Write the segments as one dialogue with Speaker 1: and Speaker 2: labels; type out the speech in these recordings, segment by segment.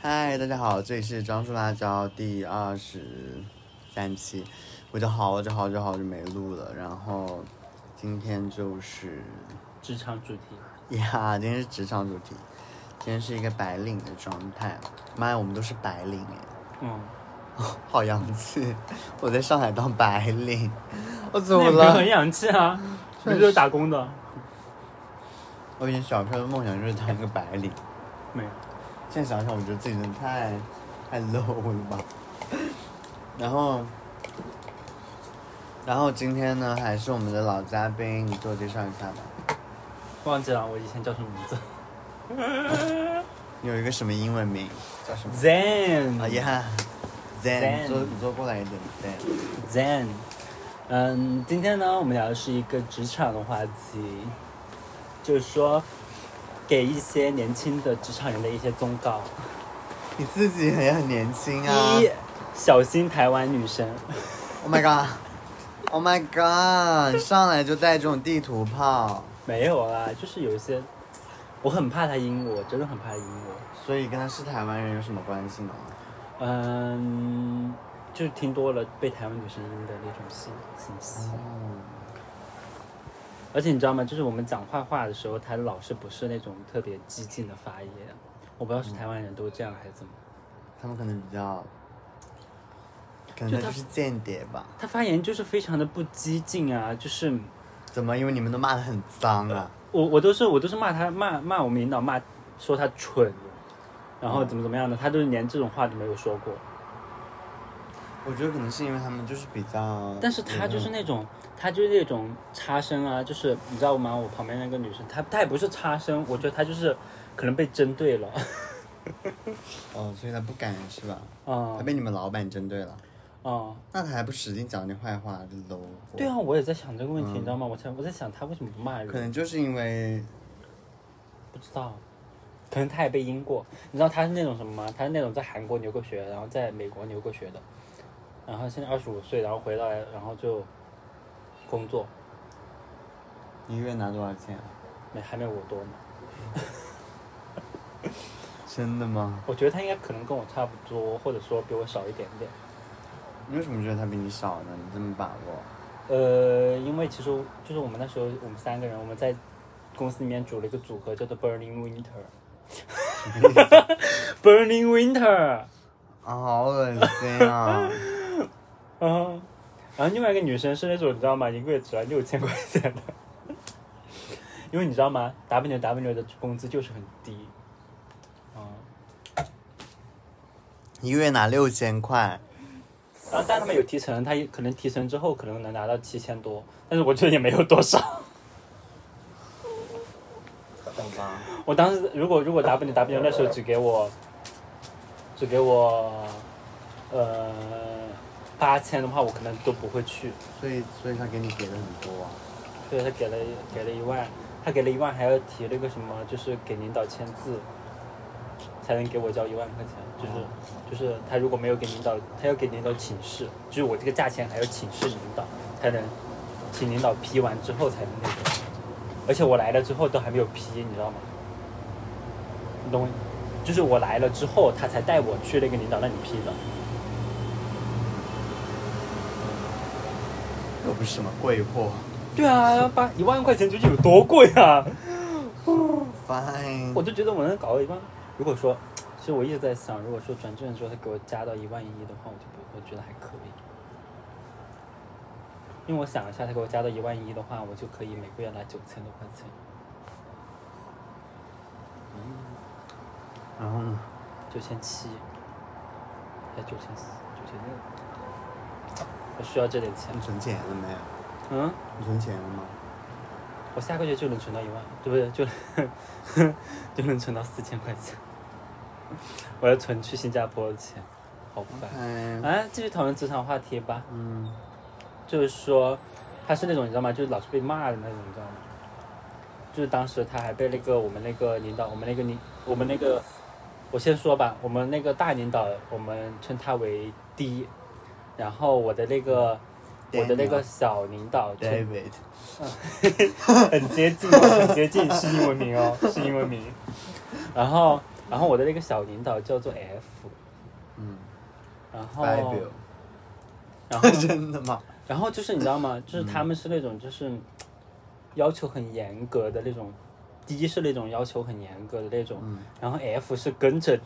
Speaker 1: 嗨，大家好，这里是装出辣椒第二十三期，我就好久好久好久没录了，然后今天就是
Speaker 2: 职场主题，
Speaker 1: 呀， 今天是职场主题，今天是一个白领的状态，妈呀，我们都是白领哎，
Speaker 2: 嗯，
Speaker 1: 好洋气，我在上海当白领，我怎
Speaker 2: 那
Speaker 1: 么
Speaker 2: 也没有很
Speaker 1: 了？
Speaker 2: 洋气啊，你不就是打工的？
Speaker 1: 我以前小时候的梦想就是当一个白领，
Speaker 2: 没有，
Speaker 1: 现在想想，我觉得自己真的太太 low 了吧。 然后，然后今天呢，还是我们的老嘉宾，你自我介绍一下吧。
Speaker 2: 忘记了我以前叫什么名字
Speaker 1: 你有一个什么英文名？叫什么？啊
Speaker 2: ？Zen，Zen，
Speaker 1: 呀
Speaker 2: 嗯 Zen
Speaker 1: ，Zen，你坐你坐过来一点，Zen。
Speaker 2: 嗯，今天呢，我们聊的是一个职场的话题，就是说给一些年轻的职场人的一些忠告。
Speaker 1: 你自己也很年轻啊
Speaker 2: 一，小心台湾女生。
Speaker 1: ！Oh my god，Oh my god，上来就带这种地图炮，
Speaker 2: 没有啊，就是有一些，我很怕他阴我，真的很怕他阴我。
Speaker 1: 所以跟他是台湾人有什么关系呢？
Speaker 2: 嗯，就是听多了被台湾女生阴的那种信信息，
Speaker 1: 哦
Speaker 2: 而且你知道吗？就是我们讲坏话的时候，他老是不是那种特别激进的发言，我不知道是台湾人都这样还是怎么。
Speaker 1: 他们可能比较，可能他就是间谍吧？
Speaker 2: 他发言就是非常的不激进啊，就是
Speaker 1: 怎么？因为你们都骂的很脏啊！
Speaker 2: 我我都是我都是骂他骂骂我们领导骂说他蠢，然后怎么怎么样的，他都连这种话都没有说过。
Speaker 1: 我觉得可能是因为他们就是比较，
Speaker 2: 但是他就是那种，他就是那种插身啊，就是你知道吗？我旁边那个女生，她她也不是插身，我觉得她就是可能被针对了，
Speaker 1: 哦，所以他不敢是吧？
Speaker 2: 啊、
Speaker 1: 他被你们老板针对了，
Speaker 2: 啊、
Speaker 1: 那他还不使劲讲你坏话就 low？
Speaker 2: 对，啊，我也在想这个问题，你知道吗？我想我在想她为什么不骂
Speaker 1: 可
Speaker 2: 人，
Speaker 1: 能就是因为
Speaker 2: 不知道，可能她也被阴过，你知道她是那种什么吗？她是那种在韩国留过学，然后在美国留过学的，然后现在二十五岁，然后回来，然后就工作，
Speaker 1: 一个月拿多少钱啊、
Speaker 2: 没还没我多呢。
Speaker 1: 真的吗？
Speaker 2: 我觉得她应该可能跟我差不多，或者说比我少一点点。
Speaker 1: 你为什么觉得他比你少呢？你这么把握？
Speaker 2: 呃，因为其实就是我们那时候我们三个人我们在公司里面组了一个组合，叫做 Burning Winter。Burning Winter，
Speaker 1: 啊，好恶心 啊！
Speaker 2: 嗯，然后另外一个女生是那种你知道吗？一个月只要六千块钱的， 因为你知道吗？W W 的工资就是很低，嗯，
Speaker 1: 一个月拿六千块，
Speaker 2: 然后但他们有提成，他也可能提成之后可能能拿到七千多，但是我觉得也没有多少。
Speaker 1: 懂吧？
Speaker 2: 我当时如果如果 W W 那时候只给我，只给我，呃，八千的话，我可能都不会去。
Speaker 1: 所以，所以他给你给的很多啊。
Speaker 2: 所以他给了给了一万，他给了一万，还要提了个什么，就是给领导签字，才能给我交一万块钱。就是就是他如果没有给领导，他要给领导请示，就是我这个价钱还要请示领导，才能请领导批完之后才能那个。而且我来了之后都还没有批，你知道吗？你懂我？就是我来了之后，他才带我去那个领导那里批的。
Speaker 1: 又不是什么贵货。
Speaker 2: 对啊，八一万块钱究竟有多贵啊？
Speaker 1: Fine。
Speaker 2: 我就觉得我能搞到一万。如果说，其实我一直在想，如果说转正的时候他给我加到一万一的话，我就不，我觉得还可以。因为我想一下，他给我加到一万一的话，我就可以每个月拿九千多块钱。
Speaker 1: 然后呢？
Speaker 2: 九千七，还九千四，九千六。我需要这点钱
Speaker 1: 你。存钱了没有？
Speaker 2: 嗯，
Speaker 1: 你存钱了吗？
Speaker 2: 我下个月就能存到一万，对不对？就 就能存到四千块钱。我要存去新加坡的钱，好烦。
Speaker 1: 嗯
Speaker 2: 哎，继续讨论职场话题吧。
Speaker 1: 嗯，
Speaker 2: 就是说，他是那种你知道吗？就是老是被骂的那种，你知道吗？就是当时他还被那个我们那个领导，我们那个领，我们那个，我先说吧，我们那个大领导，我们称他为 D，然后我的那个，我的那个
Speaker 1: Daniel
Speaker 2: 小领导称
Speaker 1: David，
Speaker 2: 很接近哦，很接近，是英文名哦，是英文名。然后然后我的那个小领导叫做 F，
Speaker 1: 嗯，
Speaker 2: 然后
Speaker 1: 发表，
Speaker 2: 哦 然后
Speaker 1: 真的吗？
Speaker 2: 然后就是你知道
Speaker 1: 嗯
Speaker 2: 吗？就是他们是那种就是要求很严格的那种，D 是那种要求很严格的那种，
Speaker 1: 嗯
Speaker 2: 然后 F 是跟着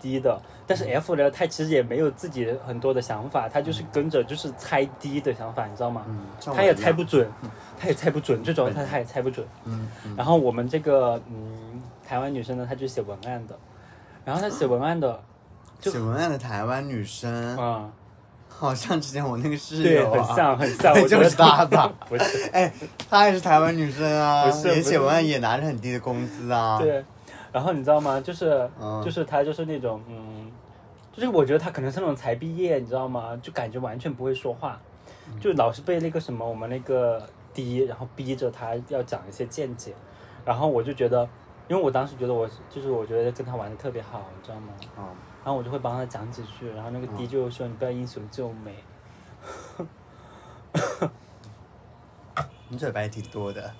Speaker 2: D 的，但是 F 呢，他其实也没有自己很多的想法，他就是跟着就是猜 D 的想法，你知道吗？
Speaker 1: 嗯，像我
Speaker 2: 他也
Speaker 1: 一
Speaker 2: 猜
Speaker 1: 样，
Speaker 2: 不准，他也猜不准，最主要他他也猜不准。
Speaker 1: 嗯
Speaker 2: 然后我们这个嗯台湾女生呢，她就写文案的，然后她写文案的，就
Speaker 1: 写文案的台湾女生，
Speaker 2: 嗯，
Speaker 1: 好像之前我那个室
Speaker 2: 对，
Speaker 1: 友
Speaker 2: 很
Speaker 1: 啊，
Speaker 2: 像很像，
Speaker 1: 对
Speaker 2: 我 觉
Speaker 1: 就
Speaker 2: 得
Speaker 1: 是她 吧
Speaker 2: 不是，
Speaker 1: 哎，她也是台湾女生啊，
Speaker 2: 不是
Speaker 1: 也
Speaker 2: 不
Speaker 1: 写
Speaker 2: 是
Speaker 1: 文案也拿着很低的工资啊，
Speaker 2: 对。然后你知道吗？就是
Speaker 1: 嗯
Speaker 2: 就是她就是那种嗯，就是我觉得她可能是那种才毕业，你知道吗？就感觉完全不会说话，
Speaker 1: 嗯
Speaker 2: 就老是被那个什么我们那个 D，然后逼着她要讲一些见解，然后我就觉得。因为我当时觉得我就是我觉得跟她玩的特别好，你知道吗？
Speaker 1: 哦，
Speaker 2: 然后我就会帮他讲几句，然后那个
Speaker 1: 嗯
Speaker 2: D 就说你不要英雄救美，
Speaker 1: 你嘴巴也挺多的，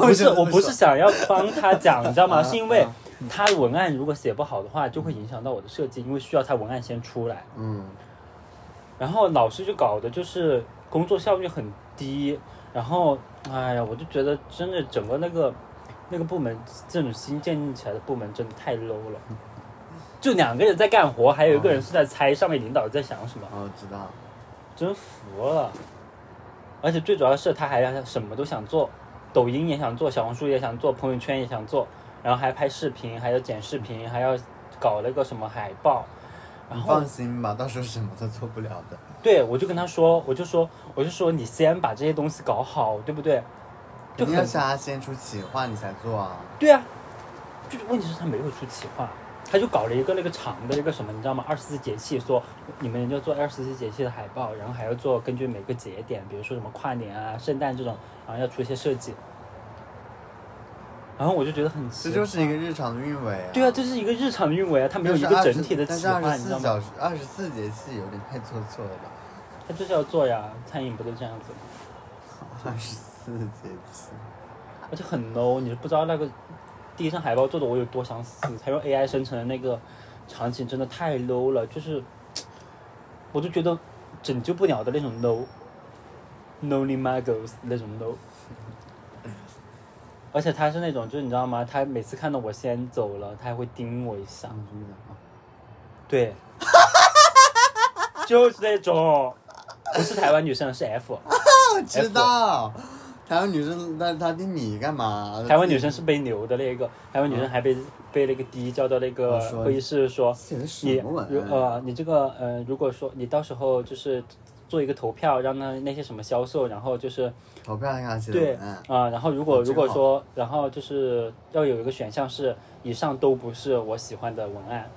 Speaker 2: 不是
Speaker 1: 觉得
Speaker 2: 我
Speaker 1: 不
Speaker 2: 不是
Speaker 1: 爽嗯
Speaker 2: 想要帮他讲，你知 道吗？是因为他文案如果写不好的话，就会影响到我的设计，因为需要他文案先出来。
Speaker 1: 嗯，
Speaker 2: 然后老师就搞的就是工作效率很低，然后哎呀，我就觉得真的整个那个那个部门这种新建立起来的部门真的太 low 了，就两个人在干活，还有一个人是在猜上面领导在想什么。
Speaker 1: 哦，知道，
Speaker 2: 真服了。而且最主要是他还让什么都想做，抖音也想做，小红书也想做，朋友圈也想做，然后还拍视频，还要剪视频，还要搞那个什么海报。然
Speaker 1: 你
Speaker 2: 后
Speaker 1: 放心吧，到时候什么都做不了的，
Speaker 2: 对我就跟他说，我就说我就说你先把这些东西搞好，对不对？就
Speaker 1: 肯定要
Speaker 2: 很
Speaker 1: 是他先出企划你才做啊，
Speaker 2: 对啊，就是问题是他没有出企划，他就搞了一个那个长的那个什么，你知道吗？二十四节气说你们要做二十四节气的海报，然后还要做根据每个节点，比如说什么跨年啊、圣诞这种，然后要出一些设计。然后我就觉得很奇
Speaker 1: 这就是一个日常的韵味啊。
Speaker 2: 对啊，这是一个日常的运维啊，他没有一个整体的
Speaker 1: 但
Speaker 2: 企
Speaker 1: 是二
Speaker 2: 划，
Speaker 1: 十
Speaker 2: 你知道
Speaker 1: 四
Speaker 2: 吗？
Speaker 1: 小时、二十四节气有点太做作了 吧？
Speaker 2: 他就是要做呀，餐饮不都这样子吗？
Speaker 1: 二十四节气，
Speaker 2: 而且很 low，你是不知道那个第一张海报做的我有多想死。他用 AI 生成的那个场景真的太 low 了，就是我就觉得拯救不了的那种 low，lonely muggles 那种 low。而且他是那种，就是你知道吗？他每次看到我先走了，他还会盯我一下。
Speaker 1: 嗯真的啊
Speaker 2: 对，就是那种，不是台湾女生，是 F。
Speaker 1: 我知道，台湾女生，但她盯你干嘛？
Speaker 2: 台湾女生是被留的那个，台湾女生还被、被那个 D 叫到那个
Speaker 1: 啊哦说
Speaker 2: 会议室说，
Speaker 1: 写的什
Speaker 2: 你
Speaker 1: 么文
Speaker 2: 如
Speaker 1: 案？
Speaker 2: 呃你这个呃如果说你到时候就是做一个投票，让那那些什么销售，然后就是
Speaker 1: 投票给她写的
Speaker 2: 对
Speaker 1: 文
Speaker 2: 啊
Speaker 1: 案、，
Speaker 2: 然后如果
Speaker 1: 哦这
Speaker 2: 如
Speaker 1: 个
Speaker 2: 果说然后就是要有一个选项是以上都不是我喜欢的文案，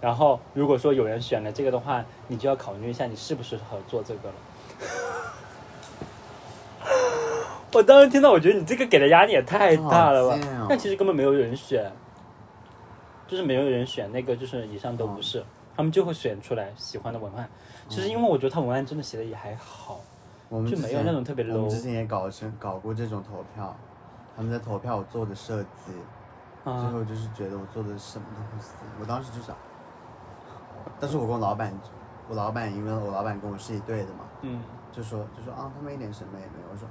Speaker 2: 然后如果说有人选了这个的话，你就要考虑一下你适不适合做这个了。 我当时听到，我觉得你这个给的压力也太大了吧
Speaker 1: 好贱哦？
Speaker 2: 但其实根本没有人选，就是没有人选那个，就是以上都不
Speaker 1: 哦
Speaker 2: 是，他们就会选出来喜欢的文案。其实因为我觉得他文案真的写的也还好，
Speaker 1: 我们
Speaker 2: 就
Speaker 1: 之
Speaker 2: 没
Speaker 1: 前
Speaker 2: 有那种特别
Speaker 1: 我们
Speaker 2: low
Speaker 1: 之前也搞成搞过这种投票，他们在投票我做的设计，最
Speaker 2: 啊
Speaker 1: 后就是觉得我做的什么东西，我当时就是，但是我跟我老板，我老板因为我老板跟我是一队的嘛，
Speaker 2: 嗯，
Speaker 1: 就说就说啊，他们一点审美也没有。我说，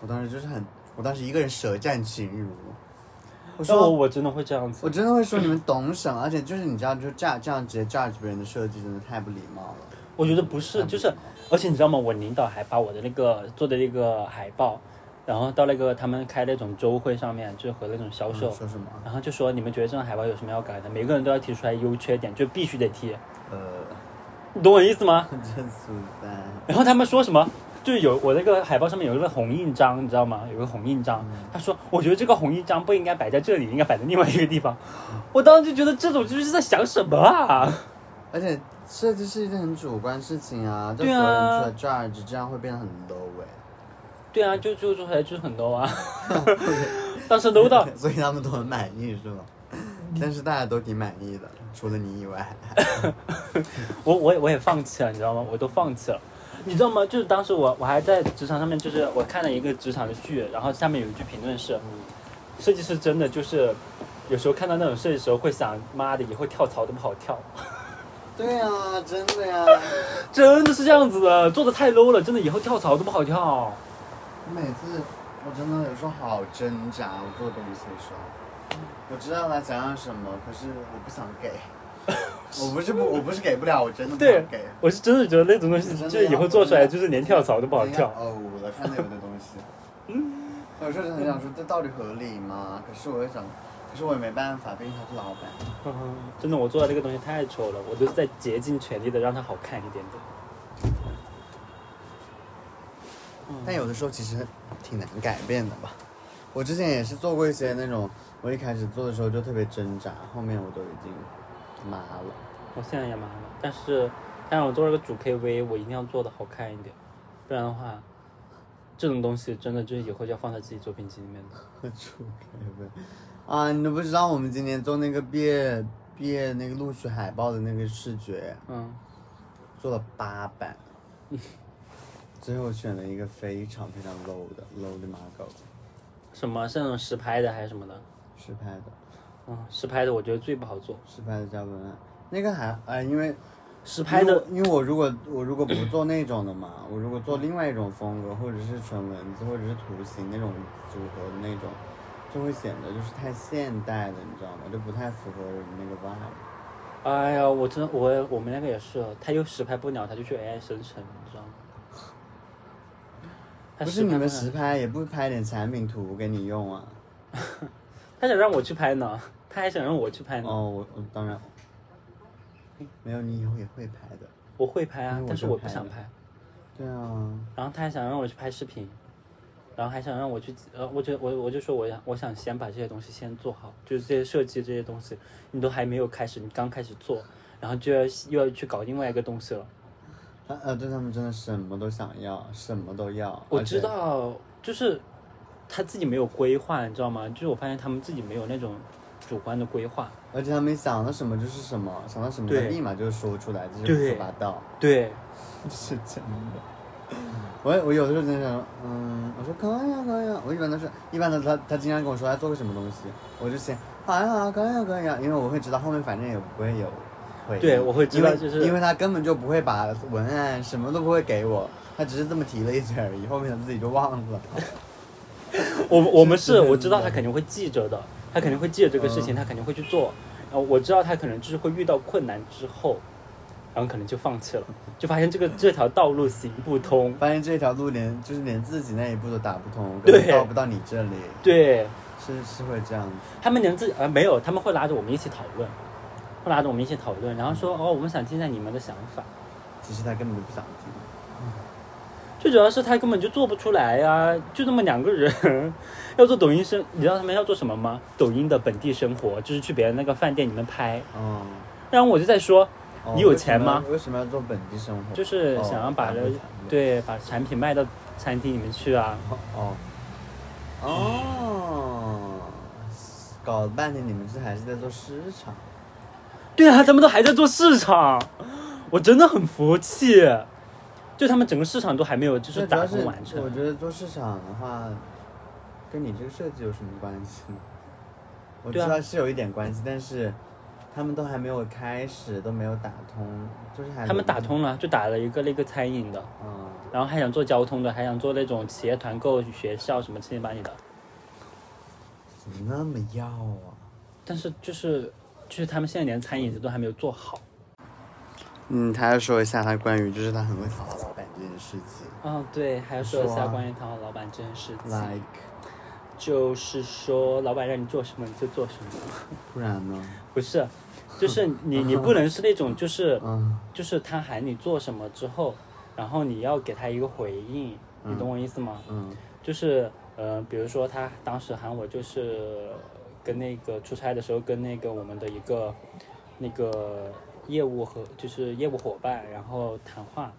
Speaker 1: 我当时就是很，我当时一个人舌战群儒。我
Speaker 2: 但我
Speaker 1: 说，
Speaker 2: 我真的会这样子。
Speaker 1: 我真的会说你们懂什么？而且就是你知道，就这样这样直接 judge 别人的设计，真的太不礼貌了。
Speaker 2: 我觉得不是，就是，而且你知道吗？我领导还把我的那个做的那个海报，然后到那个他们开那种周会上面，就是和那种销
Speaker 1: 嗯
Speaker 2: 售，
Speaker 1: 说什么？
Speaker 2: 然后就说你们觉得这张海报有什么要改的？每个人都要提出来优缺点，就必须得提，
Speaker 1: 呃，
Speaker 2: 你懂我意思吗？
Speaker 1: 真苏三，
Speaker 2: 然后他们说什么？就是有我那个海报上面有一个红印章，你知道吗？有个红印章，他说我觉得这个红印章不应该摆在这里，应该摆在另外一个地方。我当时就觉得这种就是在想什么啊？
Speaker 1: 而且设计是一件很主观的事情啊，就所
Speaker 2: 对
Speaker 1: 有
Speaker 2: 啊
Speaker 1: 人出来 judge，这样会变得很 low 哎、
Speaker 2: 对啊，就就就还就是很 low 啊， 当时 low 到
Speaker 1: 哎 所以他们都很满意是吗？ 但是大家都挺满意的，除了你以外。
Speaker 2: 我我也我也放弃了，你知道吗？我都放弃了，你知道吗？就是当时我我还在职场上面，就是
Speaker 1: 嗯
Speaker 2: 我看了一个职场的剧，然后下面有一句评论是，设计师真的就是有时候看到那种事的时候，会想，妈的，以后跳槽都不好跳，
Speaker 1: 对啊，真的呀，
Speaker 2: 真的是这样子的，做的太 low 了，真的以后跳槽都不好跳。
Speaker 1: 我每次我真的有时候好挣扎，我做东西的时候，我知道他想要什么，可是我不想 给，我不是不我不是给不了，我真的不
Speaker 2: 对
Speaker 1: 想给。
Speaker 2: 我是真的觉得那种东西，
Speaker 1: 真的
Speaker 2: 就是以后做出来就是连跳槽都不好跳。
Speaker 1: 哦，我的看到有的东西，嗯，有时候真的很想说这到底合理吗？可是我又想，可是我也没办法，毕竟他是老板。
Speaker 2: 嗯真的，我做的那个东西太丑了，我就是在竭尽全力的让它好看一点点。嗯
Speaker 1: 但有的时候其实挺难改变的吧。我之前也是做过一些那种，我一开始做的时候就特别挣扎，后面我都已经麻了。
Speaker 2: 我现在也麻了，但是但是我做了个主 KV，我一定要做的好看一点，不然的话，这种东西真的就是以后就要放在自己作品集里面的。
Speaker 1: 主 KV 啊，你都不知道我们今年做那个毕业毕业那个录取海报的那个视觉，
Speaker 2: 嗯，
Speaker 1: 做了八版，最后选了一个非常非常 low 的 low 的马狗，
Speaker 2: 什么是那种实拍的还是什么的？
Speaker 1: 实拍的，
Speaker 2: 嗯，实拍的我觉得最不好做，
Speaker 1: 实拍的加文案，那个还哎，因为
Speaker 2: 实拍的
Speaker 1: 因为我，因为我如果我如果不做那种的嘛，我如果做另外一种风格，或者是纯文字，或者是图形那种组合的那种，就会显得就是太现代了，你知道吗？就不太符合那个 vibe。
Speaker 2: 哎呀，我真的我我们那个也是，啊他又实拍不了，他就去 AI 生成，你知道吗？他
Speaker 1: 不是你们
Speaker 2: 实
Speaker 1: 实
Speaker 2: 拍不了，
Speaker 1: 拍，也不拍点产品图给你用啊？
Speaker 2: 他想让我去拍呢，他还想让我去拍呢。
Speaker 1: 哦，我我当然没有，你以后也会拍的。
Speaker 2: 我会拍
Speaker 1: 因
Speaker 2: 啊
Speaker 1: 为，我
Speaker 2: 但是
Speaker 1: 就
Speaker 2: 我不
Speaker 1: 拍
Speaker 2: 想
Speaker 1: 了
Speaker 2: 拍。
Speaker 1: 对啊，
Speaker 2: 然后他还想让我去拍视频，然后还想让我去呃，我就我我就说我想我想先把这些东西先做好，就是这些设计这些东西，你都还没有开始，你刚开始做，然后就要又要去搞另外一个东西了。
Speaker 1: 他呃，对他们真的什么都想要，什么都要。
Speaker 2: 我
Speaker 1: 而
Speaker 2: 知
Speaker 1: 且
Speaker 2: 道，就是他自己没有规划，你知道吗？就是我发现他们自己没有那种主观的规划。
Speaker 1: 而且他们想到什么就是什么，想到什么他
Speaker 2: 对
Speaker 1: 立马就说出来，这是胡
Speaker 2: 对
Speaker 1: 说八道，
Speaker 2: 对，
Speaker 1: 是真的。 我我有的时候真的想说，嗯，我说可以啊，可以啊。我一般都是，一般的他他经常跟我说他做个什么东西，我就先好呀好呀，可以啊可以啊，因为我会知道后面反正也不会有回应。
Speaker 2: 对我会知道
Speaker 1: 因为
Speaker 2: 就是
Speaker 1: 因为他根本就不会把文案什么都不会给我，他只是这么提了一嘴而已，后面他自己就忘了。
Speaker 2: 我我们
Speaker 1: 是
Speaker 2: 是
Speaker 1: 这样
Speaker 2: 我知道他
Speaker 1: 的嗯
Speaker 2: 肯定会记着的，他肯定会记着这个事情，他肯定会去做。然后我知道他可能就是会遇到困难之后，然后可能就放弃了，就发现这个这条道路行不通。
Speaker 1: 发现这条路连就是连自己那一步都打不通，
Speaker 2: 对
Speaker 1: 根本到不到你这里，
Speaker 2: 对
Speaker 1: 是是会这样子。
Speaker 2: 他们连自己呃没有，他们会拉着我们一起讨论，会拉着我们一起讨论，然后说哦，我们想听一下你们的想法。
Speaker 1: 其实他根本就不想听。
Speaker 2: 最主要是他根本就做不出来呀、就那么两个人， 要做抖音生，你知道他们要做什么吗？抖音的本地生活，就是去别人那个饭店里面拍。
Speaker 1: 嗯，
Speaker 2: 然后我就在说，
Speaker 1: 哦
Speaker 2: 你有钱吗
Speaker 1: 为什么要为什么要做本地生
Speaker 2: 哦
Speaker 1: 活？
Speaker 2: 就是想要把
Speaker 1: 哦
Speaker 2: 这、
Speaker 1: 打不打不
Speaker 2: 对把产品卖到餐厅里面去啊。
Speaker 1: 哦哦，搞了半天你们这还是在做市场，
Speaker 2: 对啊，他们都还在做市场，我真的很服气。就他们整个市场都还没有就是
Speaker 1: 这主
Speaker 2: 打
Speaker 1: 要
Speaker 2: 工
Speaker 1: 是
Speaker 2: 完
Speaker 1: 我
Speaker 2: 成，
Speaker 1: 觉得做市场的话，跟你这个设计有什么关系呢？我知
Speaker 2: 对啊
Speaker 1: 道是有一点关系，但是他们都还没有开始，都没有打通，就是还
Speaker 2: 他们
Speaker 1: 轮
Speaker 2: 打
Speaker 1: 不
Speaker 2: 通了，就打了一个那个餐饮的，
Speaker 1: 嗯，
Speaker 2: 然后还想做交通的，还想做那种企业团购、学校什么七七八八的。
Speaker 1: 怎么那么要啊？
Speaker 2: 但是就是就是他们现在连餐饮的都还没有做好
Speaker 1: 嗯，他要说一下他关于就是他很会讨好老板这件事情
Speaker 2: 哦，对，还要说一
Speaker 1: 说
Speaker 2: 下
Speaker 1: 啊
Speaker 2: 关于讨好老板这件事情，
Speaker 1: ，like，
Speaker 2: 就是说老板让你做什么你就做什么，
Speaker 1: 不然呢？
Speaker 2: 不是，就是你你不能是那种就是
Speaker 1: 嗯，
Speaker 2: 就是他喊你做什么之后，然后你要给他一个回应，你懂我意思吗？
Speaker 1: 嗯
Speaker 2: 就是呃，比如说他当时喊我就是跟那个出差的时候，跟那个我们的一个那个业务和就是业务伙伴，然后谈话，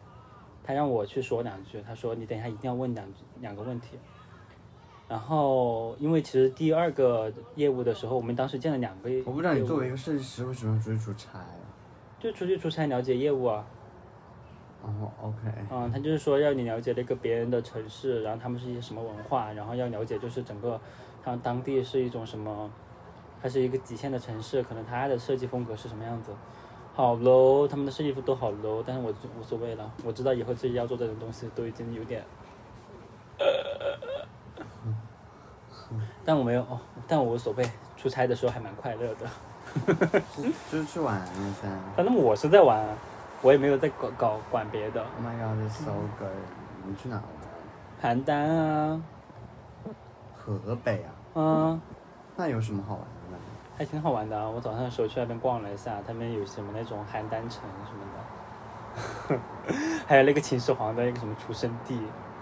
Speaker 2: 他让我去说两句，他说你等一下一定要问两两个问题。然后，因为其实第二个业务的时候，我们当时见了两个业务，
Speaker 1: 我不知道你作为一个设计师为什么要出去出差啊？
Speaker 2: 就出去出差了解业务啊，
Speaker 1: 哦，OK，
Speaker 2: 嗯，他就是说要你了解那个别人的城市，然后他们是一些什么文化，然后要了解就是整个他当地是一种什么，它是一个极限的城市，可能它的设计风格是什么样子。好 low，他们的设计都好 low，但是我就无所谓了。我知道以后自己要做这种东西都已经有点，但我没有，哦，但我无所谓。出差的时候还蛮快乐的，嗯
Speaker 1: 就是去玩一下。
Speaker 2: 反正我是在玩，我也没有在搞搞管别的。
Speaker 1: Oh my god, it's so
Speaker 2: 嗯
Speaker 1: good！你去哪玩？
Speaker 2: 邯郸啊，
Speaker 1: 河北啊，
Speaker 2: 嗯，
Speaker 1: 那有什么好玩的呢？
Speaker 2: 还挺好玩的啊。我早上的时候去那边逛了一下，他们有什么那种邯郸城什么的， 还有那个秦始皇的一个什么出生地，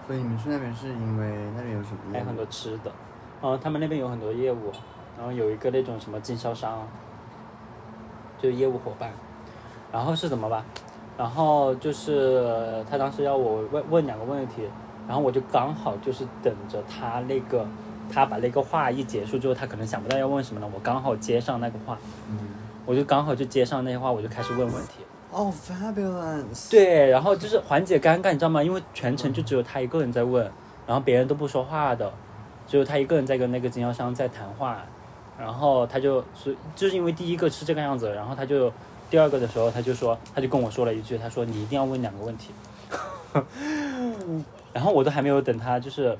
Speaker 1: 所以你们去那边是因为那边有什么
Speaker 2: 还有
Speaker 1: 样
Speaker 2: 很
Speaker 1: 的？
Speaker 2: 多吃的。然后他们那边有很多业务，然后有一个那种什么经销商，就是业务伙伴。然后是怎么吧？然后就是他当时要我问问两个问题，然后我就刚好就是等着他那个，他把那个话一结束之后，他可能想不到要问什么了，我刚好接上那个话，
Speaker 1: 嗯，
Speaker 2: 我就刚好就接上那些话，我就开始问问题。
Speaker 1: 哦、f a b u l o u s
Speaker 2: 对，然后就是缓解尴尬，你知道吗？因为全程就只有他一个人在问，然后别人都不说话的，只有他一个人在跟那个经销商在谈话，然后他就是就是因为第一个是这个样子，然后他就第二个的时候他就说，他就跟我说了一句，他说你一定要问两个问题， 然后我都还没有等他，就是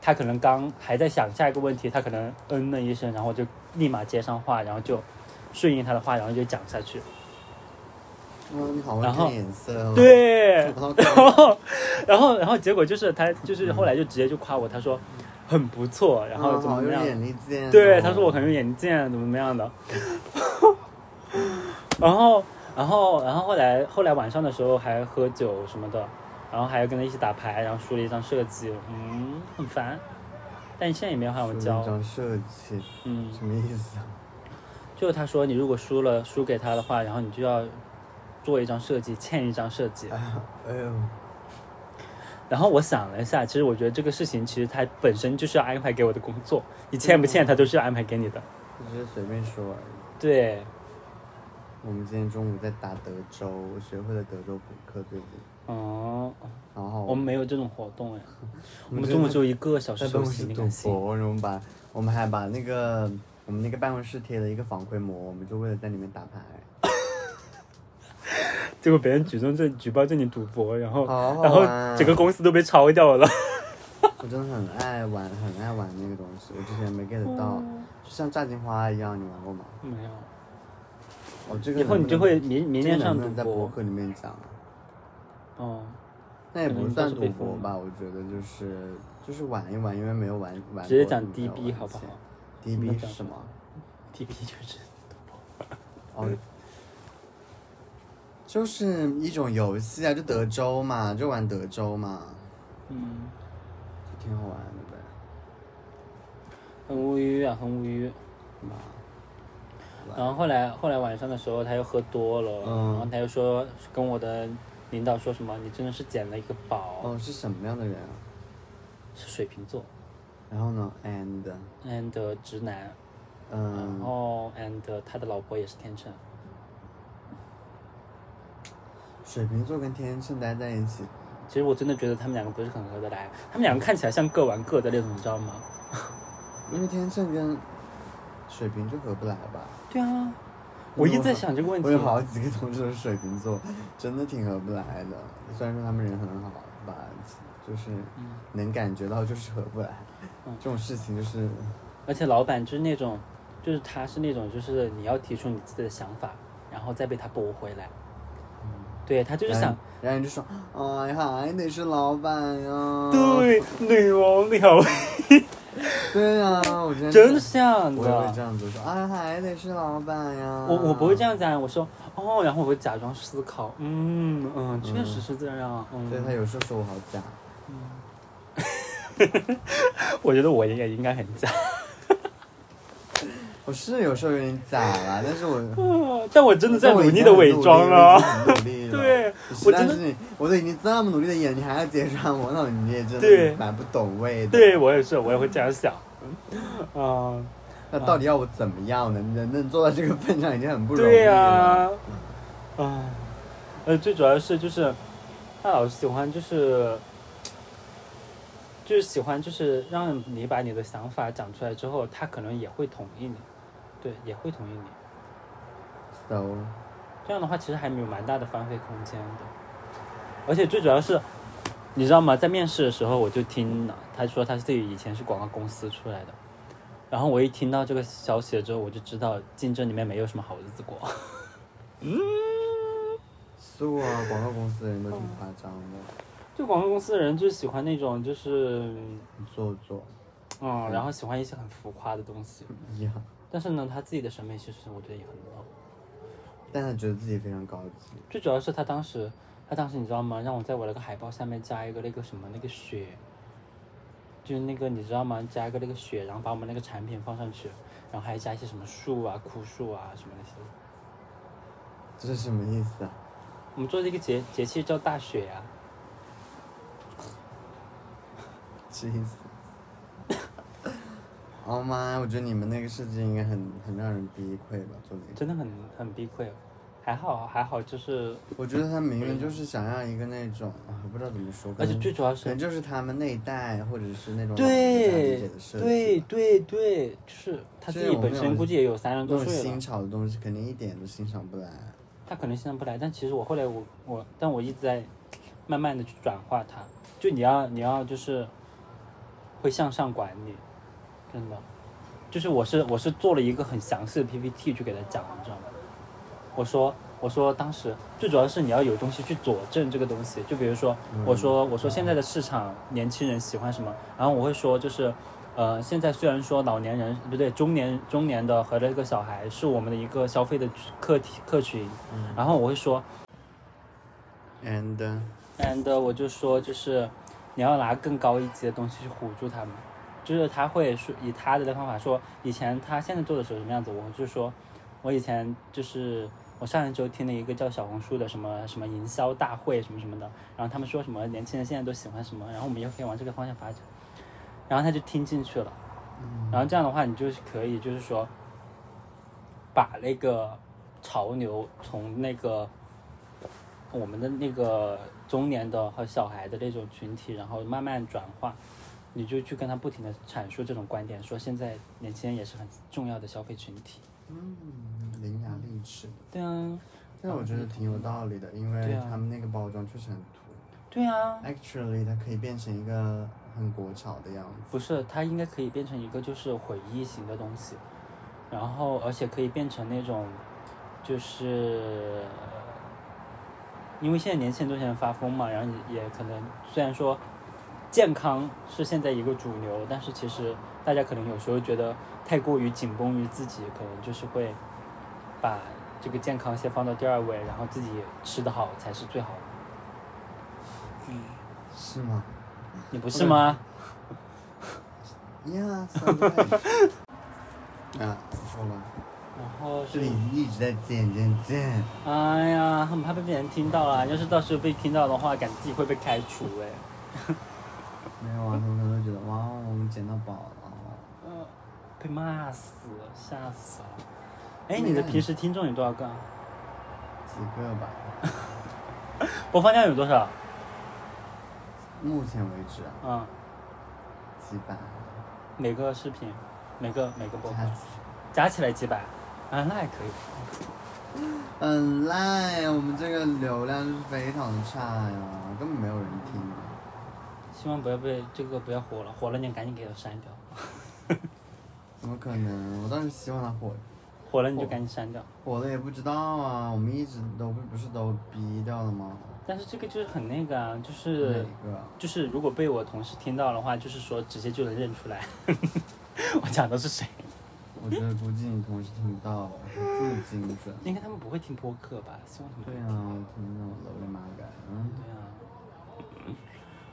Speaker 2: 他可能刚还在想下一个问题，他可能嗯了一声，然后就立马接上话，然后就顺应他的话，然后就讲下去，
Speaker 1: 哇，你好会
Speaker 2: 然后
Speaker 1: 看颜色哦。
Speaker 2: 对
Speaker 1: 然。后
Speaker 2: 然后，然后，然后结果就是他就是后来就直接就夸我，他说很不错， 然后
Speaker 1: 哦
Speaker 2: 怎么
Speaker 1: 好
Speaker 2: 怎
Speaker 1: 有
Speaker 2: 么样，
Speaker 1: 眼力见哦。
Speaker 2: 对，他说我很有眼见，怎么怎么样的。然后，然后，然后后来后来晚上的时候还喝酒什么的，然后还跟他一起打牌，然后输了一张射击，嗯，很烦。但现在也没有喊我
Speaker 1: 属于
Speaker 2: 教
Speaker 1: 一，种设计，
Speaker 2: 嗯，
Speaker 1: 什么意思啊？
Speaker 2: 就是他说你如果输了输给他的话，然后你就要做一张设计，欠一张设计。
Speaker 1: 哎呦，
Speaker 2: 然后我想了一下，其实我觉得这个事情其实它本身就是要安排给我的工作，你欠不欠它都是要安排给你的。
Speaker 1: 我只是随便说而已。
Speaker 2: 对，
Speaker 1: 我们今天中午在打德州，我学会了德州扑克，最近
Speaker 2: 哦，
Speaker 1: 然后
Speaker 2: 我们没有这种活动哎，我们中午只有一个小时
Speaker 1: 在办
Speaker 2: 休
Speaker 1: 公
Speaker 2: 息，
Speaker 1: 室
Speaker 2: 你
Speaker 1: 赌
Speaker 2: 敢信？
Speaker 1: 博，然后我们把我们还把那个我们那个办公室贴了一个防窥膜，我们就为了在里面打牌。
Speaker 2: 结果别人举证证举报证你赌博，然后
Speaker 1: 好好
Speaker 2: 然后
Speaker 1: 玩
Speaker 2: 整个公司都被抄掉了。
Speaker 1: 我真的很爱玩，很爱玩那个东西，我之前没 get 到，就像炸金花一样，你玩过吗？
Speaker 2: 没有，
Speaker 1: 哦，这个
Speaker 2: 以后
Speaker 1: 能
Speaker 2: 你
Speaker 1: 不
Speaker 2: 就
Speaker 1: 能
Speaker 2: 会明明
Speaker 1: 这个
Speaker 2: 天上
Speaker 1: 能不
Speaker 2: 赌
Speaker 1: 能在博
Speaker 2: 博。
Speaker 1: 客里面讲啊？
Speaker 2: 哦，
Speaker 1: 那也
Speaker 2: 可
Speaker 1: 不
Speaker 2: 能
Speaker 1: 算
Speaker 2: 都是
Speaker 1: 赌
Speaker 2: 被
Speaker 1: 博
Speaker 2: 封
Speaker 1: 吧，我觉得就是就是玩一玩，因为没有玩玩过。
Speaker 2: 直接讲
Speaker 1: 就没有
Speaker 2: DB
Speaker 1: 玩
Speaker 2: 好不
Speaker 1: 钱
Speaker 2: 好
Speaker 1: ？DB 是
Speaker 2: 讲
Speaker 1: 什么？
Speaker 2: ？T P 就是
Speaker 1: 哦，就是一种游戏啊，就德州嘛，就玩德州嘛，
Speaker 2: 嗯，
Speaker 1: 就挺好玩的呗。
Speaker 2: 很无语啊，很无语。
Speaker 1: 嘛，
Speaker 2: 然后后来后来晚上的时候，他又喝多了，
Speaker 1: 嗯
Speaker 2: 然后他又说跟我的领导说什么，你真的是捡了一个宝，
Speaker 1: 哦，是什么样的人啊？
Speaker 2: 是水瓶座
Speaker 1: 然后呢？And，
Speaker 2: ，and 直男，然
Speaker 1: 嗯，
Speaker 2: 后 and 他的老婆也是天秤，
Speaker 1: 水瓶座跟天秤待在一起，
Speaker 2: 其实我真的觉得他们两个不是很合得来，他们两个看起来像各玩各的那种，你知道吗？
Speaker 1: 因为天秤跟水瓶就合不来吧。
Speaker 2: 对啊，我一直在想这个问题
Speaker 1: 我有，好几个同事都是水瓶座，真的挺合不来的。虽然说他们人很好吧，就是
Speaker 2: 嗯
Speaker 1: 能感觉到就是合不来。这种事情就是
Speaker 2: 而且老板就是那种，就是他是那种，就是你要提出你自己的想法，然后再被他驳回来，嗯对他就是想。
Speaker 1: 然后你就说，哎呀，还得是老板呀。
Speaker 2: 对，女王你好。
Speaker 1: 对呀、我今天
Speaker 2: 真的是这样
Speaker 1: 我也会这
Speaker 2: 的。
Speaker 1: 样子说，哎，还得是老板呀。
Speaker 2: 我我不会这。样讲，我说哦，然后我会假装思考，嗯嗯，确实是这样，嗯，
Speaker 1: 对他有时候说我好假，
Speaker 2: 我觉得我也应该很假，
Speaker 1: 我是有时候有点假啦，但是我
Speaker 2: 但我 真的在
Speaker 1: 但我
Speaker 2: 努
Speaker 1: 已
Speaker 2: 力
Speaker 1: 经
Speaker 2: 的
Speaker 1: 很
Speaker 2: 伪装
Speaker 1: 我已
Speaker 2: 啊，
Speaker 1: 经很努力了。
Speaker 2: 对
Speaker 1: 实
Speaker 2: 我
Speaker 1: 在
Speaker 2: 真
Speaker 1: 是
Speaker 2: 的，
Speaker 1: 你，我都已经这么努力的演，你还要揭穿我，那你也真
Speaker 2: 对
Speaker 1: 的蛮不懂味的。
Speaker 2: 对，我也是，我也会这样想，嗯，
Speaker 1: 那到底要我怎么样呢？人能做到这个份上已经很不容易了。
Speaker 2: 对呀，啊，呃，最主要是就是他老是喜欢就是。就是喜欢，就是让你把你的想法讲出来之后，他可能也会同意你。对，也会同意你。
Speaker 1: So
Speaker 2: 这样的话，其实还没有蛮大的发挥空间的。而且最主要是，你知道吗？在面试的时候，我就听他说他自己以前是广告公司出来的，然后我一听到这个消息了之后，我就知道竞争里面没有什么好日子过。
Speaker 1: 是我啊，广告公司的人都挺夸张的，
Speaker 2: 就广告公司的人就喜欢那种就是，
Speaker 1: 你做作
Speaker 2: 嗯，然后喜欢一些很浮夸的东西。
Speaker 1: 一样，
Speaker 2: 但是呢，他自己的审美其实我觉得也很 low。
Speaker 1: 但他觉得自己非常高级。
Speaker 2: 最主要是他当时，他当时你知道吗？让我在我那个海报下面加一个那个什么那个雪，就是那个你知道吗？加一个那个雪，然后把我们那个产品放上去，然后还加一些什么树啊、枯树啊什么那些。
Speaker 1: 这是什么意思啊？
Speaker 2: 我们做了一个节节气叫大雪啊，
Speaker 1: 这意思。 哦妈呀！我觉得你们那个设计应该很很让人崩溃吧？做这个，
Speaker 2: 真的很很崩溃。还好还好，就是
Speaker 1: 我觉得他明明就是想要一个那种啊，不知道怎么说，可
Speaker 2: 而且
Speaker 1: 能
Speaker 2: 最主要
Speaker 1: 可
Speaker 2: 是
Speaker 1: 能就是他们那一代或者是那种老人家理
Speaker 2: 对
Speaker 1: 解的设计吧，
Speaker 2: 对对对，就是他自
Speaker 1: 这
Speaker 2: 己
Speaker 1: 种
Speaker 2: 本
Speaker 1: 那种
Speaker 2: 身估计也有三十
Speaker 1: 那
Speaker 2: 多
Speaker 1: 种
Speaker 2: 岁了
Speaker 1: 新。潮的东西肯定一点都欣赏不来。
Speaker 2: 他可能现在不来，但其实我后来我我，但我一直在慢慢的去转化它。就你要你要就是会向上管理，真的，就是我是我是做了一个很详细的 PPT 去给他讲，你知道吗？我说我说当时最主要是你要有东西去佐证这个东西，就比如说我说我说现在的市场年轻人喜欢什么，然后我会说就是。呃，现在虽然说老年人不对，中年中年的和这个小孩是我们的一个消费的客体客群，然后我会说，
Speaker 1: And uh,
Speaker 2: and 我就说就是你要拿更高一级的东西去唬住他们，就是他会说以他的方法说，以前他现在做的时候什么样子，我就说，我以前就是我上一周听了一个叫小红书的什么什么营销大会什么什么的，然后他们说什么年轻人现在都喜欢什么，然后我们也可以往这个方向发展，然后他就听进去了，然后这样的话你就是可以就是说，把那个潮流从那个。我们的那个中年的和小孩的那种群体，然后慢慢转化，你就去跟他不停的阐述这种观点，说现在年轻人也是很重要的消费群体。
Speaker 1: 嗯，伶牙俐齿的，
Speaker 2: 对啊，
Speaker 1: 但我觉得挺有道理的，因
Speaker 2: 对
Speaker 1: 为
Speaker 2: 啊
Speaker 1: 他们那个包装确实很土。
Speaker 2: 对啊，
Speaker 1: Actually，它可以变成一个很国潮的样子。
Speaker 2: 不是，它应该可以变成一个就是回忆型的东西，然后而且可以变成那种，就是因为现在年轻人都喜欢发疯嘛，然后也也可能虽然说健康是现在一个主流，但是其实大家可能有时候觉得太过于紧绷于自己，可能就是会把这个健康先放到第二位，然后自己吃得好才是最好的，
Speaker 1: 是吗
Speaker 2: 你不是吗？
Speaker 1: ？Yeah, someday. 啊，我说了，
Speaker 2: 然后
Speaker 1: 这
Speaker 2: 是
Speaker 1: 里一直在剪剪剪。
Speaker 2: 哎呀，很怕被别人听到啦！要是到时候被听到的话，感觉自己会被开除哎、
Speaker 1: 没有啊，他们可能会觉得哇，我们捡到宝了。啊
Speaker 2: 嗯，被骂死，吓死了。哎，
Speaker 1: 嗯
Speaker 2: 你的平时听众有多少个啊？
Speaker 1: 几个吧，
Speaker 2: 播放量有多少？
Speaker 1: 目前为止啊，
Speaker 2: 嗯，
Speaker 1: 几百，
Speaker 2: 每个视频，每个每个播
Speaker 1: 加
Speaker 2: 放，
Speaker 1: 起
Speaker 2: 加起来几百，啊，那还可以。
Speaker 1: 很烂呀，我们这个流量就是非常差呀，根本没有人听。啊
Speaker 2: 希望不要被这个不要火了，火了你赶紧给它删掉，
Speaker 1: 怎么可能？我当时希望它火，
Speaker 2: 火了你就赶紧删掉。
Speaker 1: 火了也不知道啊。我们一直都不不是都逼掉了吗？
Speaker 2: 但是这个就是很那个啊，就
Speaker 1: 哪
Speaker 2: 是
Speaker 1: 个？
Speaker 2: 就是如果被我同事听到的话，就是说直接就能认出来， 我讲的是谁。
Speaker 1: 我觉得估计你同事听不到了，这么精准。
Speaker 2: 应该他们不会听播客吧？希望他们
Speaker 1: 对啊，我听到了，我的妈感。嗯，
Speaker 2: 对啊，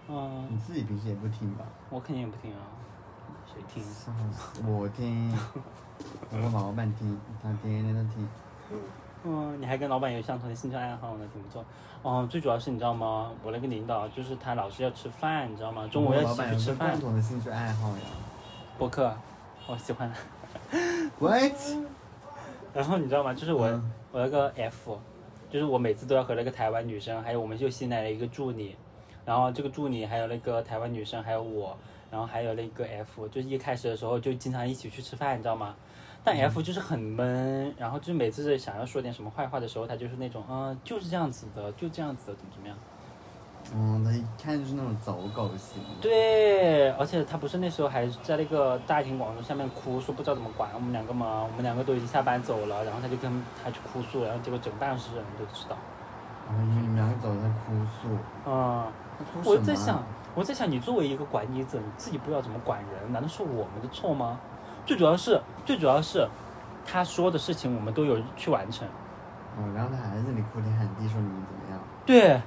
Speaker 2: 嗯，
Speaker 1: 你自己平时也不听吧？
Speaker 2: 我肯定也不听啊，谁听？
Speaker 1: 笑死我听，我跟老板听，他天天都听。
Speaker 2: 嗯，你还跟老板有相同的兴趣爱好呢，挺不错。哦，最主要是你知道吗？我那个领导就是他老是要吃饭，你知道吗？中午要
Speaker 1: 我
Speaker 2: 一
Speaker 1: 嗯老
Speaker 2: 起
Speaker 1: 板
Speaker 2: 去
Speaker 1: 有
Speaker 2: 吃
Speaker 1: 个
Speaker 2: 饭
Speaker 1: 共。同的兴趣爱好呀。
Speaker 2: 播客，我喜欢。
Speaker 1: What？
Speaker 2: 然后你知道吗？就是我、
Speaker 1: 嗯
Speaker 2: 我那个 F，就是我每次都要和那个台湾女生，还有我们又新来了一个助理，然后这个助理还有那个台湾女生，还有我，然后还有那个 F，就是一开始的时候就经常一起去吃饭，你知道吗？但 F 就是很闷，然后就是每次想要说点什么坏话的时候，他就是那种，嗯，就是这样子的，就这样子的，怎么怎么样。
Speaker 1: 嗯，他一看就是那种走狗型。
Speaker 2: 对，而且他不是那时候还在那个大庭广众下面哭，说不知道怎么管我们两个嘛，我们两个都已经下班走了，然后他就跟他去哭诉，然后结果整个办事人都知道。
Speaker 1: 然后你们两个走在哭诉，
Speaker 2: 嗯，
Speaker 1: 他哭什么？啊
Speaker 2: 我在想，，我在想，你作为一个管理者，你自己不知道怎么管人，难道是我们的错吗？最主要是，最主要是，他说的事情我们都有去完成。
Speaker 1: 嗯，然后他还在那里哭天喊地说你们怎么样，
Speaker 2: 对，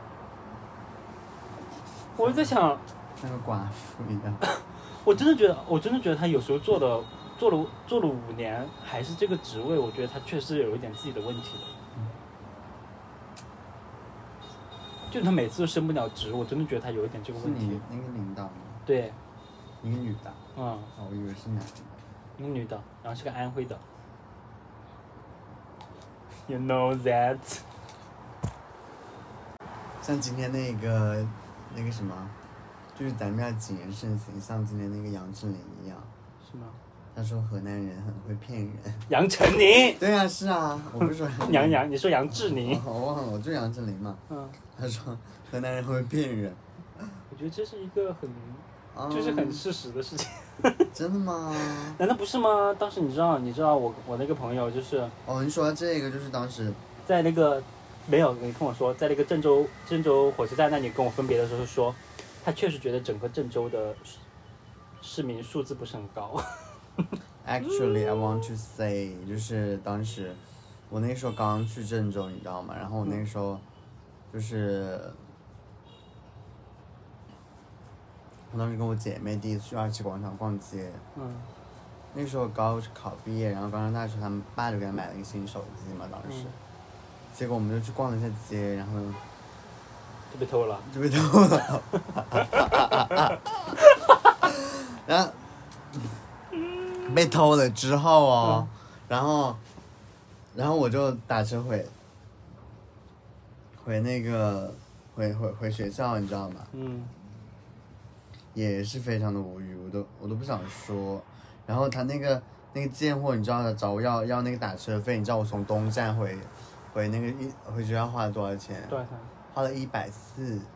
Speaker 2: 我就在想，
Speaker 1: 像个寡妇一样。
Speaker 2: 我真的觉得，我真的觉得他有时候做的，做了做了五年，还是这个职位，我觉得他确实有一点自己的问题的。就他每次都升不了职，我真的觉得他有一点这个
Speaker 1: 是
Speaker 2: 问题
Speaker 1: 你。那个领导吗？
Speaker 2: 对，
Speaker 1: 一个女的，
Speaker 2: 嗯，
Speaker 1: 哦，我以为是男的。
Speaker 2: 一个女的，然后是个安徽的。You know that？
Speaker 1: 像今天那个那个什么，就是咱们要谨言慎行，像今天那个杨丞琳一样，
Speaker 2: 是吗？
Speaker 1: 他说河南人很会骗人。
Speaker 2: 杨丞琳，
Speaker 1: 对呀、是啊，我 不是说哦
Speaker 2: 杨洋，你说杨志宁？
Speaker 1: 我忘了，我就杨丞琳嘛。
Speaker 2: 嗯，
Speaker 1: 他说河南人会骗人，
Speaker 2: 我觉得这是一个很，
Speaker 1: 啊
Speaker 2: 就是很事实的事情。
Speaker 1: 真的吗？
Speaker 2: 难道不是吗？当时你知道，你知道我我那个朋友就是
Speaker 1: 哦，你说到这个就是当时
Speaker 2: 在那个没有你跟我说，在那个郑州郑州火车站那里跟我分别的时候说，他确实觉得整个郑州的市市民素质不是很高。
Speaker 1: actually I want to say，就是当时我那时候刚去郑州，你知道吗？然后我那时候就是。我当时跟我姐妹第一次去二七广场逛街，
Speaker 2: 嗯
Speaker 1: 那时候高考毕业，然后刚上大学，他们爸就给他买了一个新手机嘛，当时，
Speaker 2: 嗯
Speaker 1: 结果我们就去逛了一下街，然后
Speaker 2: 就被偷了。
Speaker 1: 就被偷了。然后被偷了之后哦，然后然后我就打车回回那个回回回学校，你知道吗？
Speaker 2: 嗯
Speaker 1: 也是非常的无语，我都我都不想说。然后他那个那个贱货，你知道他找我要要那个打车费，你知道我从东站回回那个一回学校花了多少钱？
Speaker 2: 多少钱？
Speaker 1: 花了一百四。
Speaker 2: 啊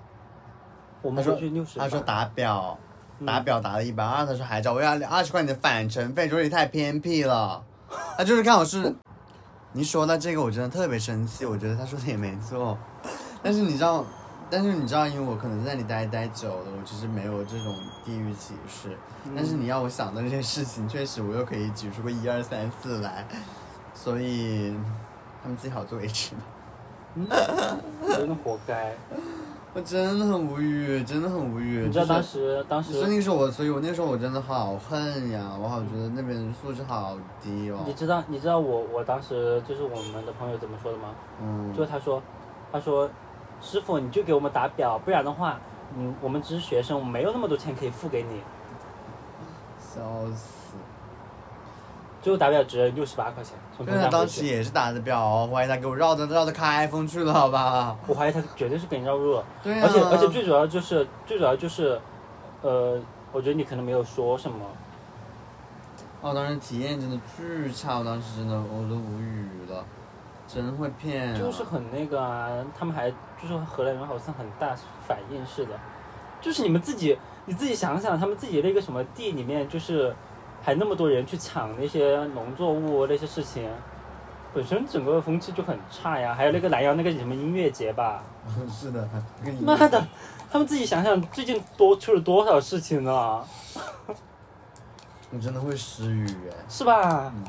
Speaker 2: 我
Speaker 1: 他
Speaker 2: 们
Speaker 1: 说
Speaker 2: 回去六十。
Speaker 1: 他说打表，
Speaker 2: 嗯
Speaker 1: 打表打了一百二，他说还找我要二十块钱的返程费，说你太偏僻了。他就是看我是，你说到这个我真的特别生气，我觉得他说的也没错，但是你知道，但是你知道，因为我可能在那里待待久了，我其实没有这种地域歧视，
Speaker 2: 嗯
Speaker 1: 但是你要我想到这些事情，确实我又可以举出个一二三四来，所以他们自己好自为之吧。
Speaker 2: 真的活该。
Speaker 1: 我真的很无语，真的很无语。
Speaker 2: 你知道
Speaker 1: 就是
Speaker 2: 当 时当时
Speaker 1: 所以那个时候我，所以我那时候我真的好恨呀，我好觉得那边素质好低哦
Speaker 2: 你。知道你知道我我当时就是我们的朋友怎么说的吗？
Speaker 1: 嗯，
Speaker 2: 就是他说，他说，师傅你就给我们打表，不然的话，嗯，我们只是学生，我们没有那么多钱可以付给你。
Speaker 1: 笑死！
Speaker 2: 最后打表只六十八块钱，从
Speaker 1: 对
Speaker 2: 东
Speaker 1: 他
Speaker 2: 山
Speaker 1: 当
Speaker 2: 回
Speaker 1: 时
Speaker 2: 去。
Speaker 1: 也是打的表哦，怀疑他给我绕着绕着开封去了，好吧？
Speaker 2: 我怀疑他绝对是给你绕路了，
Speaker 1: 对啊。
Speaker 2: 而且而且最主要就是最主要就是，呃，我觉得你可能没有说什么，
Speaker 1: 哦，当时体验真的巨差，我当时真的我都无语了，真会骗、啊。
Speaker 2: 就是很那个啊，他们还就是荷兰人好像很大反应似的，就是你们自己你自己想想，他们自己那个什么地里面就是还那么多人去抢那些农作物那些事情，本身整个风气就很差呀，还有那个南阳那个什么音乐节吧，
Speaker 1: 是的，跟你
Speaker 2: 妈的，他们自己想想最近多出了啊多少事情呢？
Speaker 1: 我真的会失语哎。
Speaker 2: 是吧？
Speaker 1: 嗯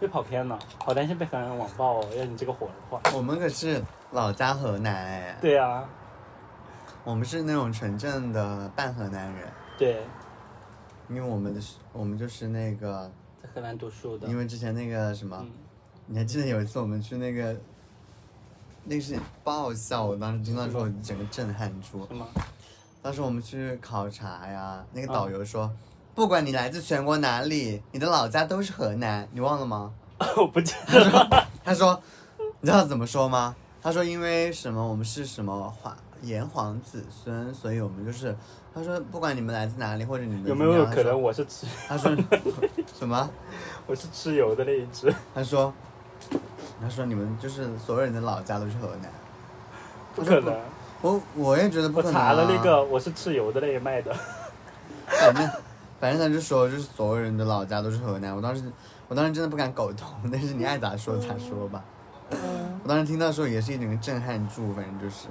Speaker 2: 被跑偏了，好担心被荷兰人网暴哦。要你这个火的话，
Speaker 1: 我们可是老家河南哎，
Speaker 2: 对啊，
Speaker 1: 我们是那种纯正的半河南人，
Speaker 2: 对，
Speaker 1: 因为我们的我们就是那个，
Speaker 2: 在荷兰读书的，
Speaker 1: 因为之啊前那个什么，
Speaker 2: 嗯，
Speaker 1: 你还记得有一次我们去那个，那个事情爆笑，我当时听到之后我整个震撼住。
Speaker 2: 什么？
Speaker 1: 当时我们去考察呀，那个
Speaker 2: 嗯
Speaker 1: 导游说，不管你来自全国哪里，你的老家都是河南，你忘了吗？
Speaker 2: 我不记得了。
Speaker 1: 他说，你知道怎么说吗？他说因为什么我们是什么华炎黄子孙，所以我们就是他说不管你们来自哪里或者你们
Speaker 2: 有没
Speaker 1: 怎么
Speaker 2: 有
Speaker 1: 样
Speaker 2: 可能我是吃
Speaker 1: 他说他说什么？
Speaker 2: 我是吃油的那一只？
Speaker 1: 他说他说你们就是所有人的老家都是河南，
Speaker 2: 不
Speaker 1: 他说
Speaker 2: 可能，
Speaker 1: 我我也觉得不
Speaker 2: 我
Speaker 1: 可能、
Speaker 2: 查
Speaker 1: 啊。
Speaker 2: 了那个，我是吃油的那一脉的。
Speaker 1: 反正反正他就说，就是所有人的老家都是河南。我当时我当时真的不敢苟同， 但是你爱咋说咋说吧。我当时听到的时候也是一整个震撼住，反正就是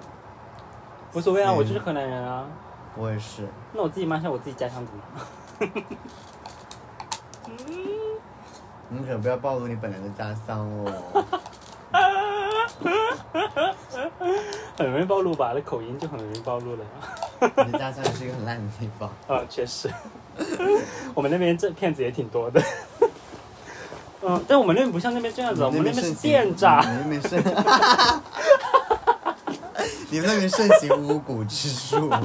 Speaker 2: 无所谓啊，
Speaker 1: 嗯
Speaker 2: 我就是河南人啊。
Speaker 1: 我也是。
Speaker 2: 那我自己骂一下我自己家乡怎么？
Speaker 1: 你可不要暴露你本来的家乡哦。
Speaker 2: 很容易暴露吧？那口音就很容易暴露了呀。
Speaker 1: 你的家乡也是一个很烂的地方。
Speaker 2: 啊，确实， 我们那边这骗子也挺多的。嗯，但我们那边不像那边这样子，啊我们那边是
Speaker 1: 盛行
Speaker 2: 电诈。
Speaker 1: 你们那边盛，你们那边盛行巫蛊之术。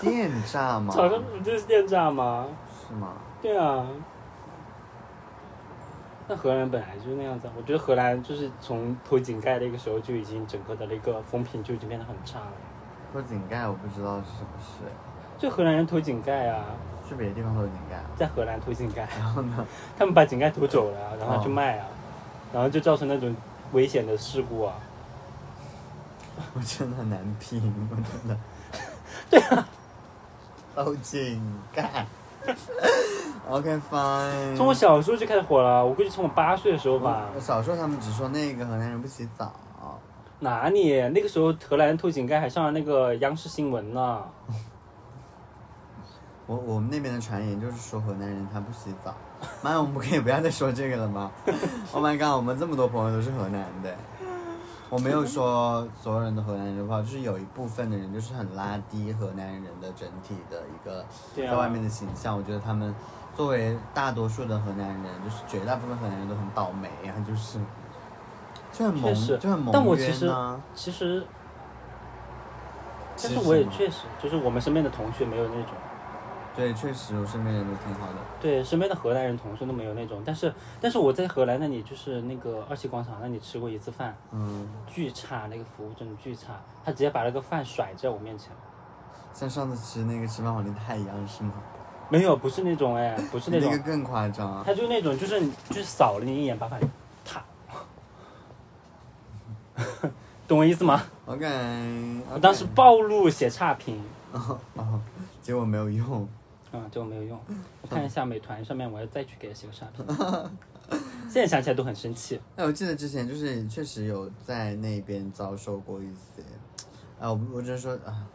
Speaker 1: 电诈吗？
Speaker 2: 早上不就是电诈吗？
Speaker 1: 是吗？
Speaker 2: 对啊。那荷兰本来就是那样子啊，我觉得荷兰就是从偷井盖那个时候就已经整个的那个风评就已经变得很差了。
Speaker 1: 偷井盖我不知道是不是，
Speaker 2: 就荷兰人偷井盖啊，
Speaker 1: 去别的地方偷井盖。
Speaker 2: 在荷兰偷井盖，
Speaker 1: 然后呢？
Speaker 2: 他们把井盖偷走了啊，然后
Speaker 1: 哦
Speaker 2: 就卖啊，然后就造成那种危险的事故啊。
Speaker 1: 我真的很难拼，我真的。 对啊。偷井盖。OK fine。
Speaker 2: 从我小时候就开始火了，我估计从我八岁的时候吧。
Speaker 1: 我小时候他们只说那个河南人不洗澡，
Speaker 2: 哪里？那个时候荷兰偷井盖还上了那个央视新闻呢。
Speaker 1: 我我们那边的传言就是说河南人他不洗澡。 妈呀，我们可以不要再说这个了吗 ？Oh my god，我们这么多朋友都是河南的。我没有说所有人的河南人不好，就是有一部分的人就是很拉低河南人的整体的一个
Speaker 2: 对啊
Speaker 1: 在外面的形象。我觉得他们作为大多数的河南人，就是绝大部分河南人都很倒霉啊，就是就很蒙
Speaker 2: 确实
Speaker 1: 就很蒙
Speaker 2: 但我其
Speaker 1: 冤
Speaker 2: 实
Speaker 1: 呐、
Speaker 2: 其实，
Speaker 1: 其
Speaker 2: 但
Speaker 1: 实
Speaker 2: 是我也
Speaker 1: 嘛
Speaker 2: 确实，就是我们身边的同学没有那种，
Speaker 1: 对，确实我身边人都挺好的。
Speaker 2: 对，身边的荷兰人同学都没有那种。但是，但是我在荷兰那里，就是那个二七广场那里吃过一次饭，
Speaker 1: 嗯，
Speaker 2: 巨差，那个服务真的巨差，他直接把那个饭甩在我面前。
Speaker 1: 像上次吃那个吃饭皇帝太一样是吗？
Speaker 2: 没有，不是那种，哎，不是那种
Speaker 1: 个，更夸张啊。
Speaker 2: 他就那种，就是你就是扫了你一眼，把饭啪，懂我意思吗？
Speaker 1: OK，啊
Speaker 2: 我当时暴露写差评，
Speaker 1: 哦哦，结果没有用。
Speaker 2: 嗯，结果没有用。我看一下美团上面，我要再去给他写个差评。现在想起来都很生气。
Speaker 1: 哎，我记得之前就是确实有在那边遭受过一些，啊，我不我只是说啊，